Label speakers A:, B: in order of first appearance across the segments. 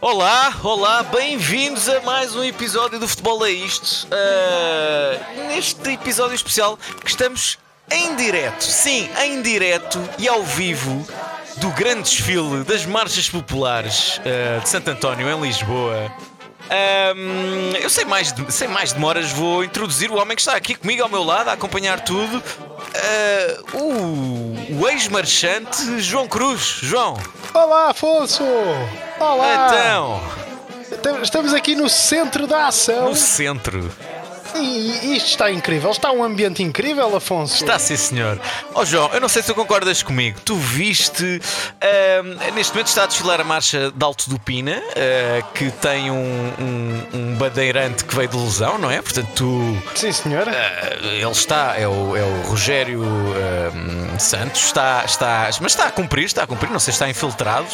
A: Olá, olá, bem-vindos a mais um episódio do Futebol é Isto. Uh, neste episódio especial que estamos em direto, sim, em direto e ao vivo do grande desfile das marchas populares uh, de Santo António, em Lisboa. Um, eu sem mais, de- sem mais demoras vou introduzir o homem que está aqui comigo ao meu lado a acompanhar tudo, uh, o, o ex-marchante João Cruz. João,
B: Olá, Afonso! Olá!
A: então,
B: Então... Estamos aqui no centro da ação
A: no centro.
B: e isto está incrível. Está um ambiente incrível, Afonso.
A: Está Tá, sim, senhor. Ó João, eu não sei se tu concordas comigo. Tu viste. ahm, neste momento está a desfilar a marcha de Alto do Pina, ah, que tem um, um, um bandeirante que veio de lesão, não é? Portanto, tu.
B: Sim, senhora.
A: ah, ele está, é o, é o Rogério ahm, Santos, está, está, mas está a cumprir, está a cumprir, não sei se está infiltrado.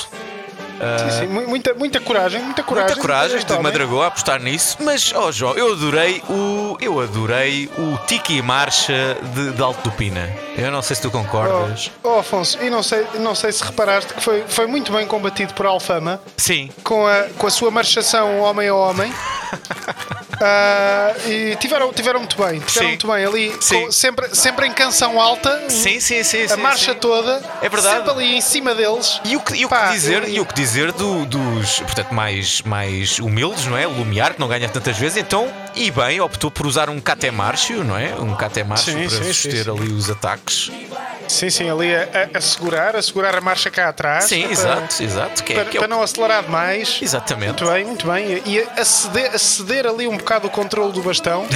B: Sim, sim. Mu- Muita, muita coragem, muita coragem.
A: Eh. Muita coragem
B: deste
A: de
B: homem.
A: Madragoa a apostar nisso, mas ó João, eu adorei o eu adorei o Tiki e Marcha de, de Alto do Pina. Eu não sei se tu concordas.
B: Oh, oh, Afonso, e não sei, não sei se reparaste que foi, foi muito bem combatido por Alfama
A: Sim.
B: com a, com a sua marchação homem a homem. Ah, e tiveram, tiveram muito bem, tiveram
A: Sim.
B: muito bem ali,
A: Sim.
B: com- sempre, sempre em canção alta,
A: Sim, sim, sim.
B: a marcha toda,
A: É verdade.
B: sempre ali em cima deles.
A: E o que, e o que
B: Pá,
A: dizer,
B: eu-
A: e o que dizer do- dos, portanto, mais, mais humildes, não é? O Lumiar, que não ganha tantas vezes, então, e bem, optou por usar um catemárcio, não é? Um catemárcio
B: Sim,
A: para
B: sim, sim,
A: suster
B: sim.
A: ali os ataques.
B: Sim, sim, ali a, a- a segurar, a segurar a marcha cá atrás.
A: sim,
B: para,
A: exato, exato. Que é,
B: Para,
A: que é o-
B: para não acelerar demais.
A: Exatamente.
B: Muito bem, muito bem. E a ceder, a ceder ali um bocado o controle do bastão.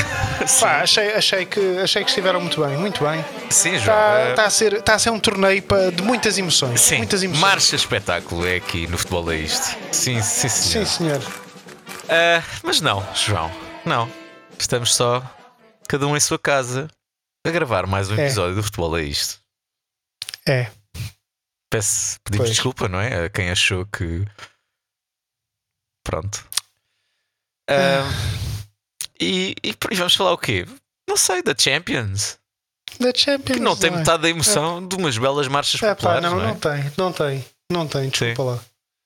B: Pá, achei, achei, que, achei que estiveram muito bem, muito bem. Tá,
A: Sim, João.
B: Está,
A: eh,
B: está a, ser, está a ser um torneio pa- de muitas emoções.
A: Sim,
B: muitas emoções.
A: marcha espetáculo é aqui no futebol é isto. Sim, sim,
B: Sim,
A: senhor.
B: senhor.
A: Ah, mas não, João, não. Estamos só, cada um em sua casa, a gravar mais um
B: É.
A: episódio do futebol é isto.
B: É.
A: Peço, pedimos
B: Pois.
A: desculpa, não é? A quem achou que. Pronto. Ah, e, e por aí vamos falar o quê? Não sei, da Champions.
B: Da Champions.
A: Que não tem
B: é?
A: metade da emoção de umas belas marchas
B: É, pá,
A: populares,
B: não,
A: não é?
B: não tem, não tem, não tem, desculpa lá.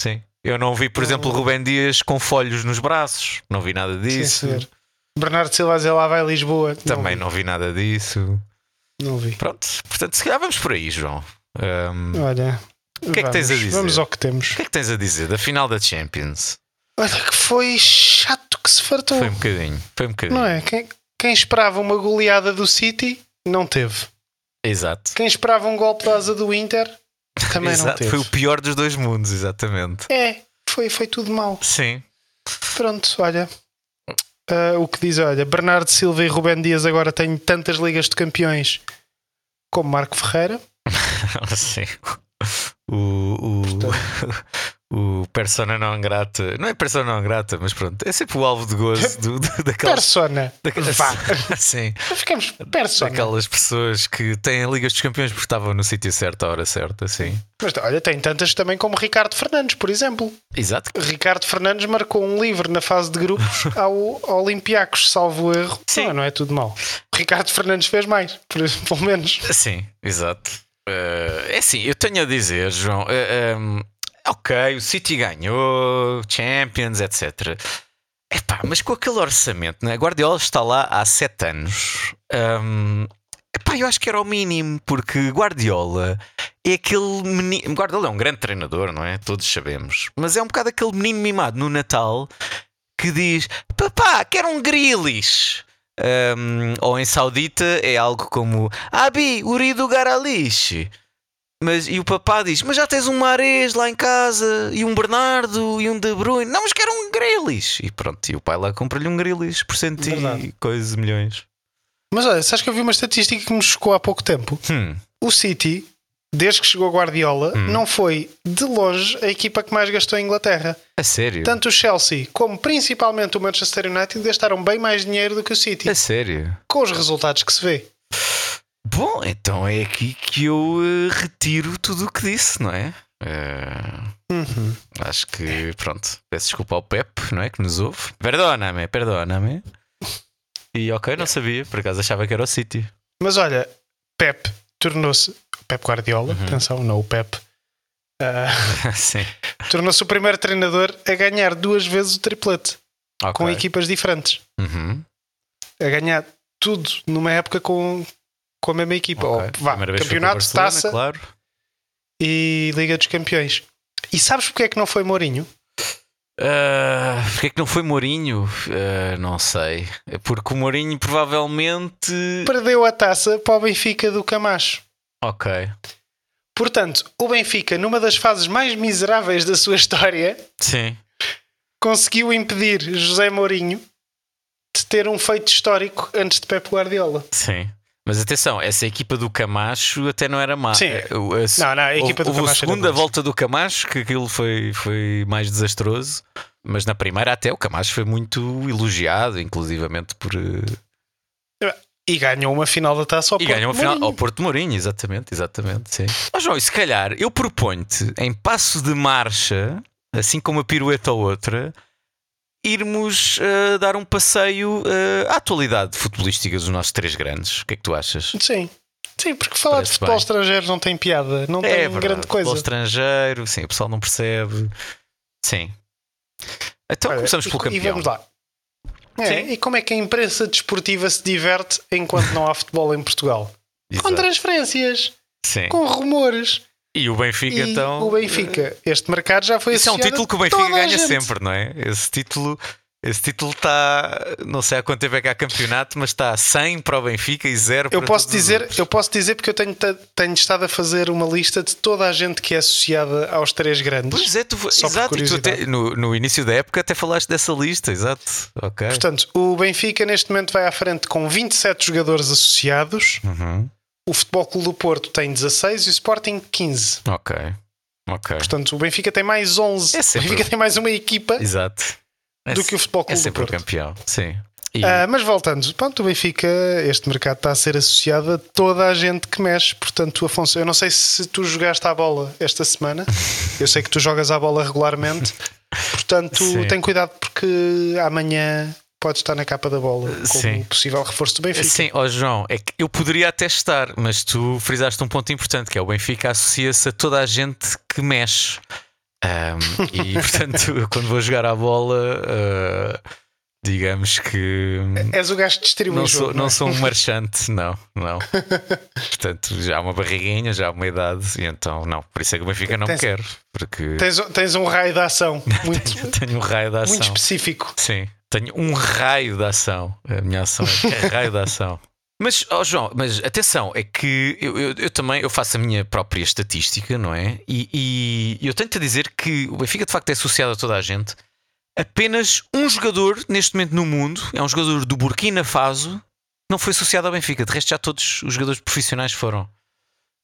A: Sim. Eu não vi, por exemplo, Rubem Dias com folhos nos braços. Não vi nada disso.
B: Sim, senhor. Bernardo Silva a dizer lá vai Lisboa.
A: Também não vi nada disso.
B: Não vi.
A: Pronto, portanto, se calhar vamos por aí, João. Ahm,
B: Olha. O
A: Hum. que é que tens a dizer?
B: Vamos ao que temos.
A: o que é que tens a dizer da final da Champions?
B: Olha que foi chato que se fartou.
A: Foi um bocadinho. Foi um bocadinho.
B: Então, Não é? Quem, quem esperava uma goleada do City, não teve.
A: Exato.
B: Quem esperava um golpe da asa do Inter, também não
A: Exato.
B: teve.
A: Foi o pior dos dois mundos, exatamente.
B: É, foi, foi tudo mal.
A: Sim.
B: Pronto, olha. Ah, o que diz, olha, Bernardo Silva e Rubén Dias agora têm tantas ligas de campeões como Marco Ferreira.
A: Sim. O, o, o persona não grata. Não é persona não grata, mas pronto. É sempre o alvo de gozo do, do, daquelas.
B: Persona.
A: daquelas-
B: Vá.
A: Sim.
B: Ficamos persona.
A: Aquelas pessoas que têm Ligas dos Campeões porque estavam no sítio certo, à hora certa, sim.
B: Mas olha, tem tantas também como Ricardo Fernandes, por exemplo.
A: Exato.
B: Ricardo Fernandes marcou um livre na fase de grupos ao ao Olympiacos, salvo erro.
A: Sim.
B: Não, não é tudo mal. Ricardo Fernandes fez mais, por- pelo menos.
A: Sim, exato. Eh, é assim, eu tenho a dizer, João. eh, ehm, ok, o City ganhou, Champions, etc. Epá, mas com aquele orçamento, né? Guardiola está lá há sete anos. Ehm, epá, eu acho que era o mínimo, porque Guardiola é aquele menino. Guardiola é um grande treinador, não é? Todos sabemos. Mas é um bocado aquele menino mimado no Natal que diz: Papá, quero um grilis. Um, ou em saudita é algo como Abi, Urido Garalish. Mas, e o papá diz: Mas já tens um Marés lá em casa, e um Bernardo, e um De Bruyne. Não, mas quero um Grilis. E pronto, e o pai lá compra-lhe um Grilis por cento e
B: Verdade.
A: coisas milhões.
B: Mas olha, sabes que eu vi uma estatística que me chocou há pouco tempo.
A: Hum,
B: O City, desde que chegou a Guardiola, não foi de longe a equipa que mais gastou em Inglaterra.
A: a É sério?
B: Tanto o Chelsea como principalmente o Manchester United gastaram bem mais dinheiro do que o City,
A: A É sério?
B: com os resultados que se vê.
A: Bom, então é aqui que eu eh, retiro tudo o que disse, não é? Eh, Acho que, pronto, peço desculpa ao Pepe, não é? Que nos ouve. Perdona-me, perdona-me. E ok, não sabia, por acaso achava que era o City.
B: Mas olha, Pep tornou-se Pep Guardiola, atenção, não o Pep Ah,
A: Sim.
B: Tornou-se o primeiro treinador a ganhar duas vezes o triplete
A: Ok.
B: com equipas diferentes.
A: Uhum.
B: A ganhar tudo numa época com, com a mesma equipa.
A: Ok.
B: Ou, vá,
A: Primeira vez foi
B: campeonato,
A: com o Barcelona,
B: taça
A: Claro.
B: e Liga dos Campeões. E sabes porque é que não foi Mourinho?
A: Ah, Porquê é que não foi Mourinho? Ah, não sei. É Porque o Mourinho provavelmente.
B: Perdeu a taça para o Benfica do Camacho.
A: Ok.
B: Portanto, o Benfica, numa das fases mais miseráveis da sua história,
A: Sim.
B: conseguiu impedir José Mourinho de ter um feito histórico antes de Pep Guardiola.
A: Sim. Mas atenção, essa equipa do Camacho até não era má.
B: Sim.
A: Eh, o- a se-
B: Não, não, a equipa do
A: houve, houve a
B: Camacho era
A: segunda
B: boa.
A: volta do Camacho, que aquilo foi, foi mais desastroso. Mas na primeira até o Camacho foi muito elogiado, inclusivamente por. eh,
B: E ganhou uma final da taça ao
A: E
B: Porto
A: ganham a
B: de
A: final
B: Mourinho.
A: ao Porto Mourinho, exatamente, exatamente, sim. Ó João, e se calhar eu proponho-te, em passo de marcha, assim como uma pirueta ou outra, irmos eh, dar um passeio eh, à atualidade futebolística dos nossos três grandes. O que é que tu achas?
B: Sim. Sim, porque falar
A: Parece
B: de futebol
A: bem. É
B: estrangeiro não tem piada, não tem
A: verdade,
B: grande
A: futebol
B: coisa.
A: estrangeiro, sim, o pessoal não percebe. Sim. Então
B: Olha,
A: começamos
B: e-
A: pelo
B: E
A: campeão.
B: vamos lá. É,
A: Sim.
B: e como é que a imprensa desportiva se diverte enquanto não há futebol em Portugal?
A: Exato.
B: Com transferências,
A: Sim.
B: com rumores.
A: E o Benfica,
B: e
A: então.
B: o Benfica, este mercado já foi
A: Isso é um
B: associado
A: título que o
B: a
A: Benfica
B: toda a
A: ganha
B: gente.
A: sempre, não é? Esse título. Esse título está, não sei há quanto tempo é que há campeonato, mas está 100 para o Benfica e 0 para
B: Eu posso,
A: todos os
B: dizer,
A: outros.
B: eu posso dizer porque eu tenho, ta- tenho estado a fazer uma lista de toda a gente que é associada aos três grandes.
A: Pois é, tu,
B: Só
A: exato,
B: por
A: e tu até-
B: curiosidade.
A: no, no início da época até falaste dessa lista, exato. Ok.
B: Portanto, o Benfica neste momento vai à frente com 27 jogadores associados,
A: Uhum.
B: o Futebol Clube do Porto tem 16 e o Sporting 15.
A: Ok. Ok.
B: Portanto, o Benfica tem mais 11.
A: É
B: o
A: sempre-
B: Benfica tem mais uma equipa
A: Exato. É
B: do
A: se-
B: que o Futebol
A: é
B: Clube do
A: sempre o
B: Porto.
A: campeão, sim. E-
B: Ah, mas voltando, pronto, o Benfica, este mercado está a ser associado a toda a gente que mexe. Portanto, Afonso, eu não sei se tu jogaste à bola esta semana. Eu sei que tu jogas à bola regularmente. Portanto,
A: Sim.
B: tem cuidado porque amanhã pode estar na capa da bola como
A: Sim.
B: possível reforço do Benfica.
A: Sim, ó João, é que eu poderia até estar, mas tu frisaste um ponto importante que é o Benfica associa-se a toda a gente que mexe. Ahm, e portanto, eu quando vou jogar à bola, ah, digamos que hum,
B: És o gajo É que distribui
A: não
B: o jogo.
A: sou,
B: não
A: não
B: é?
A: sou um marchante, não, não. Portanto, já há uma barriguinha, já há uma idade, e então não, por isso é que o Benfica não me
B: Tens-
A: quer, porque
B: Tens, tens um raio de ação muito,
A: tenho um raio de
B: muito
A: ação.
B: específico.
A: Sim, tenho um raio de ação. A minha ação é raio de ação. Mas, ó João, mas atenção, é que eu, eu- eu também eu faço a minha própria estatística, não é? E, e eu tento dizer que o Benfica de facto é associado a toda a gente. Apenas um jogador neste momento no mundo, é um jogador do Burkina Faso, não foi associado ao Benfica. De resto, já todos os jogadores profissionais foram,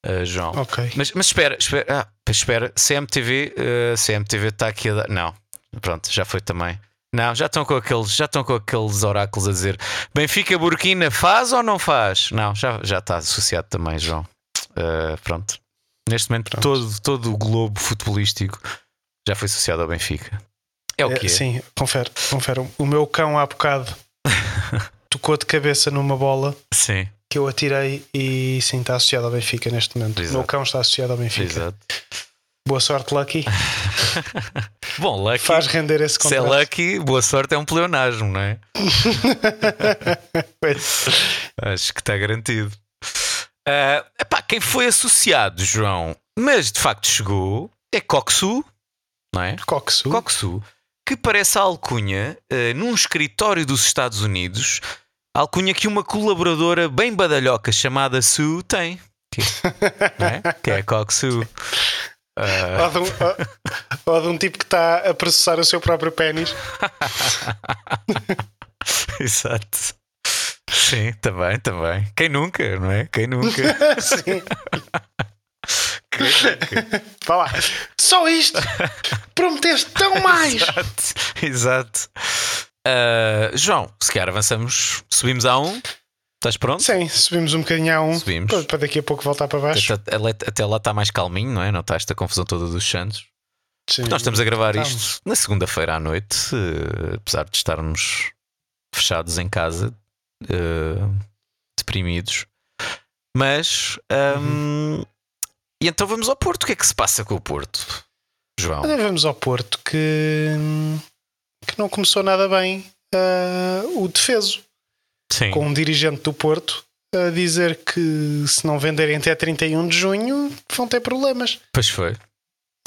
A: Ah, João.
B: Ok.
A: Mas, mas espera, espera, ah, pois espera, CMTV, eh, CMTV está aqui a dar. Não, pronto, já foi também. Não, já estão com aqueles, já estão com aqueles oráculos a dizer Benfica Burkina faz ou não faz? Não, já, já está associado também, João. Eh, pronto. Neste momento
B: Pronto.
A: todo, todo o globo futebolístico já foi associado ao Benfica. É o
B: É,
A: que é.
B: Sim, confere, confere. O meu cão há bocado tocou de cabeça numa bola.
A: Sim,
B: que eu atirei e sim, está associado ao Benfica neste momento.
A: Exato.
B: O meu cão está associado ao Benfica.
A: exato.
B: Boa sorte, Lucky.
A: Bom, Lucky,
B: Faz render esse
A: se é
B: contrato.
A: Lucky, boa sorte é um pleonasmo, não é?
B: Pois.
A: Acho que está garantido. Ah, epá, quem foi associado, João, mas de facto chegou, é Coxu, não é?
B: Coxu.
A: Coxu, que parece a alcunha ah, num escritório dos Estados Unidos, a alcunha que uma colaboradora bem badalhoca chamada Sue tem. Que, não é? que é a Coxu. Ah,
B: Ou de, um, ou- ou de um tipo que está a processar o seu próprio pênis.
A: exato. Sim, também, também. Quem nunca, não é? Quem nunca?
B: Sim.
A: Quem nunca?
B: Vá lá. Só isto! Prometeste tão mais!
A: Exato, exato. Ah, João, se calhar avançamos, subimos a um. Estás pronto?
B: Sim, subimos um bocadinho a um.
A: Subimos.
B: Para- Para daqui a pouco voltar para baixo.
A: Até, até- até lá está mais calminho, não é? Não está esta confusão toda dos Santos.
B: Sim.
A: Nós estamos a gravar
B: Estamos.
A: isto na segunda-feira à noite, eh, apesar de estarmos fechados em casa, eh, deprimidos. Mas ahm, E então vamos ao Porto. O que é que se passa com o Porto, João?
B: Olha, vamos é ao Porto que, que não começou nada bem ah, o defeso,
A: Sim.
B: com um dirigente do Porto a dizer que se não venderem até 31 de junho vão ter problemas.
A: Pois foi.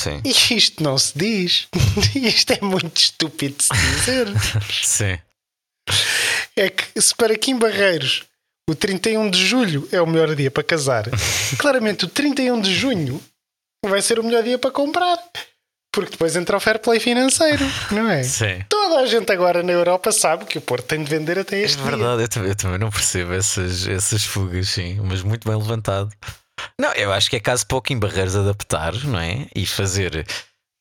A: Sim.
B: E isto não se diz. Isto é muito estúpido de se dizer.
A: Sim.
B: É que se para Kim Barreiros o 31 de julho é o melhor dia para casar, claramente o 31 de junho vai ser o melhor dia para comprar. Porque depois entra o fair play financeiro, não é?
A: Sim.
B: Toda a gente agora na Europa sabe que o Porto tem de vender
A: É
B: até este dia.
A: verdade, eu também, eu também não percebo essas, essas fugas, sim, mas muito bem levantado. Não, eu acho que é caso pouco em barreiras adaptar, não é? E fazer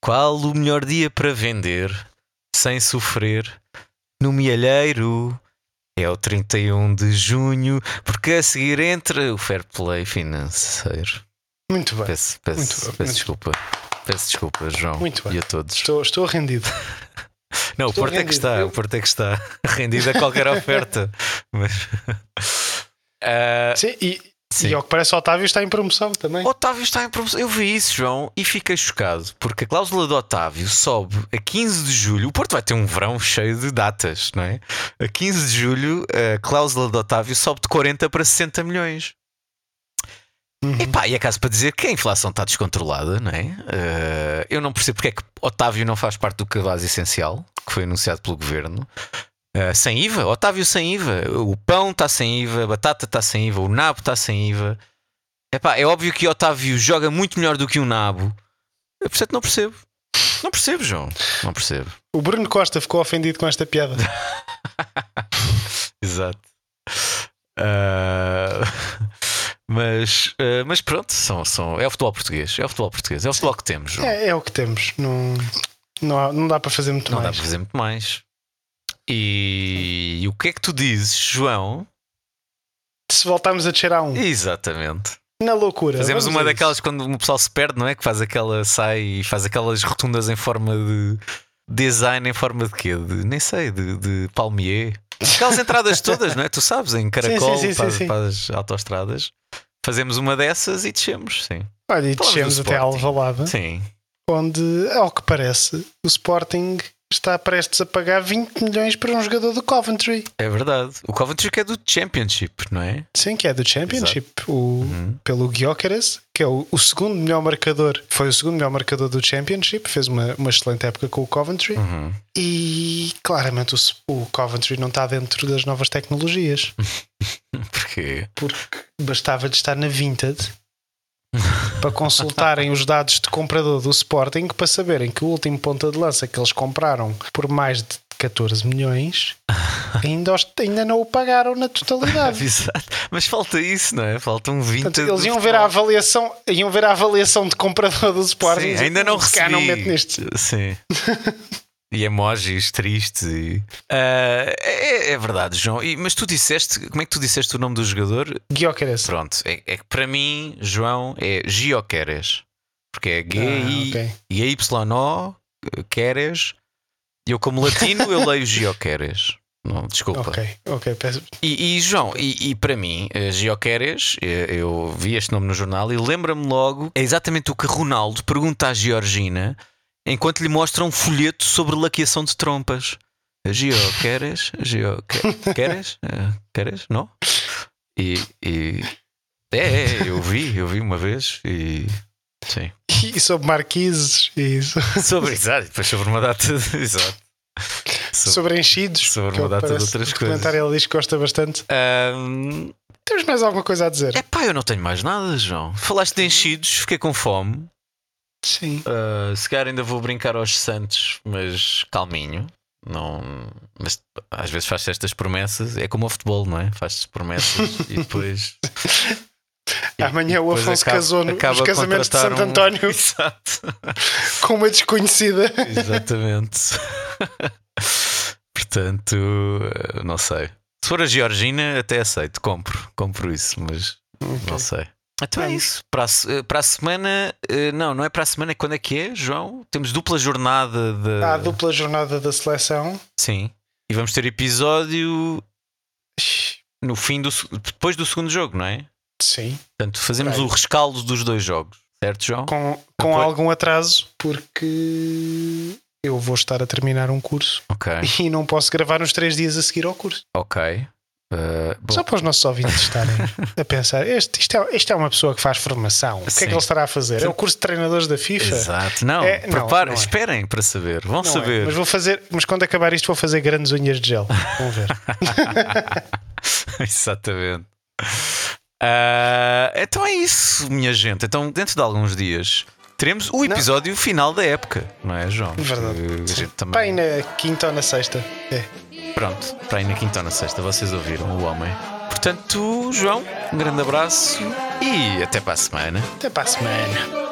A: qual o melhor dia para vender sem sofrer no milheiro. É o 31 de junho, porque a seguir entra o fair play financeiro.
B: Muito bem.
A: Peço, peço,
B: Muito bem,
A: peço
B: muito
A: desculpa. Peço desculpa, João.
B: Muito bem.
A: E a todos.
B: Estou, estou rendido.
A: Não, o
B: Estou
A: Porto é que
B: rendido.
A: está,
B: Eu-
A: o Porto é que está rendido a qualquer oferta. Mas. Ah,
B: Sim, e,
A: sim.
B: e ao que parece, o Otávio está em promoção também.
A: Otávio está em promoção. Eu vi isso, João, e fiquei chocado, porque a cláusula do Otávio sobe a 15 de julho. O Porto vai ter um verão cheio de datas, não é? A 15 de julho, a cláusula do Otávio sobe de 40 para 60 milhões.
B: Uhum.
A: Epá, e é caso para dizer que a inflação está descontrolada, não é? Eh, eu não percebo porque é que Otávio não faz parte do cabaz essencial que foi anunciado pelo governo. Eh, sem IVA, Otávio sem IVA, o pão está sem IVA, a batata está sem IVA, o nabo está sem IVA. Epá, é óbvio que Otávio joga muito melhor do que o nabo. Eu, portanto, não percebo. Não percebo, João. Não percebo.
B: O Bruno Costa ficou ofendido com esta piada.
A: Exato. Ah, mas, ah, mas pronto, são, são, é o futebol português. É o futebol português. É o futebol que temos, João.
B: É, é o que temos. Não, não, há- não dá para fazer muito
A: Não dá
B: mais.
A: para fazer muito mais. E, e o que é que tu dizes, João?
B: Se voltarmos a descer a um,
A: Exatamente.
B: na loucura.
A: Fazemos
B: É, vamos
A: uma
B: a isso.
A: daquelas quando o pessoal se perde, não é? Que faz aquela, sai e faz aquelas rotundas em forma de design, em forma de quê? De, nem sei, de, de palmier. Aquelas entradas todas, não é? Tu sabes, em caracol
B: sim, sim,
A: para,
B: sim.
A: para as autoestradas. Fazemos uma dessas e descemos, sim.
B: Olha, e
A: Falamos do
B: descemos até a
A: Sporting.
B: Alvalade,
A: Sim.
B: onde, ao que parece, o Sporting está prestes a pagar 20 milhões para um jogador do Coventry.
A: É verdade. O Coventry que é do Championship, não é?
B: Sim, que é do Championship. O,
A: Uhum.
B: Pelo Gyökeres, que é o, o segundo melhor marcador. Foi o segundo melhor marcador do Championship. Fez uma, uma excelente época com o Coventry.
A: Uhum.
B: E claramente o, S- o Coventry não está dentro das novas tecnologias.
A: Porquê?
B: Porque bastava de estar na Vinted para consultarem os dados de comprador do Sporting para saberem que o último ponta de lança que eles compraram por mais de 14 milhões ainda, os- ainda não o pagaram na totalidade.
A: Exato. Mas falta isso, não é? Falta um 20.
B: Portanto,
A: do
B: eles iam ver, a
A: futebol.
B: avaliação, iam ver a avaliação de comprador do Sporting. e
A: Sim,
B: dizer,
A: ainda não
B: "Cá,
A: recebi.
B: não mete neste.
A: Sim. E emojis tristes. e- Ah, é, é verdade, João. E- mas tu disseste, como é que tu disseste o nome do jogador?
B: Gyökeres.
A: Pronto, é, é que para mim, João, é Gioqueres. Porque é
B: Ah,
A: G-I-Y-O,
B: ok.
A: é Queres. Eu, como latino, eu leio Gioqueres. Não, desculpa.
B: Ok, ok. peço-
A: E, e, João, e, e para mim, eh, Gioqueres, eh, eu vi este nome no jornal e lembra-me logo, é exatamente o que Ronaldo pergunta à Georgina enquanto lhe mostra um folheto sobre laqueação de trompas. Gioqueres, Gioqueres, eh, Queres? Não? E. e- é, é, eu vi, eu vi uma vez e. Sim.
B: E sobre marquises e so-
A: Sobre, exato, depois sobre uma data. de- Exato. Sobre,
B: sobre enchidos.
A: sobre
B: que é o
A: uma
B: que
A: data de
B: parece.
A: outras
B: O
A: coisas.
B: comentário ele diz que gosta bastante.
A: Ahm,
B: Temos mais alguma coisa a dizer?
A: É pá, eu não tenho mais nada, João. Falaste de enchidos, fiquei com fome.
B: Sim.
A: Uh, se calhar ainda vou brincar aos Santos, mas calminho. Não, mas às vezes faz estas promessas. É como ao futebol, não é? Faz-se promessas e depois. e-
B: Amanhã
A: e
B: o
A: depois
B: Afonso
A: acaba-
B: casou no-
A: acaba
B: nos casamentos de
A: contratar
B: Santo
A: um-
B: António.
A: Exato.
B: com uma desconhecida.
A: Exatamente. Portanto, eh, não sei. Se for a Georgina, até aceito. Compro, compro isso, mas não sei. Então é
B: Vamos.
A: isso. Para a, se- eh, para a semana, eh, não, não é para a semana. Quando é que é, João? Temos dupla jornada de.
B: Há a dupla jornada da seleção.
A: Sim. E vamos ter episódio no fim do. se- Depois do segundo jogo, não é?
B: Sim.
A: Portanto, fazemos
B: Por aí.
A: o rescaldo dos dois jogos. certo, João?
B: com, com
A: Apoio.
B: algum atraso, porque eu vou estar a terminar um curso
A: Ok,
B: e não posso gravar nos três dias a seguir ao curso.
A: ok. Uh, bom,
B: Só para os nossos ouvintes estarem a pensar: este, isto, é, isto é uma pessoa que faz formação, o que
A: Sim.
B: é que ele estará a fazer? É o curso de treinadores da FIFA?
A: exato. Não,
B: É, não,
A: prepara-
B: não é.
A: esperem para saber, vão
B: Não é,
A: saber.
B: mas vou fazer, mas quando acabar isto vou fazer grandes unhas de gel. Vamos ver.
A: Exatamente. Ah, então é isso, minha gente. Então, dentro de alguns dias, teremos o episódio final da época, não é, João?
B: Verdade.
A: Que a gente também-
B: Pá, aí na quinta ou na sexta. É.
A: Pronto, para aí na quinta ou na sexta, vocês ouviram o homem. Portanto, João, um grande abraço e até para a semana.
B: Até para a semana.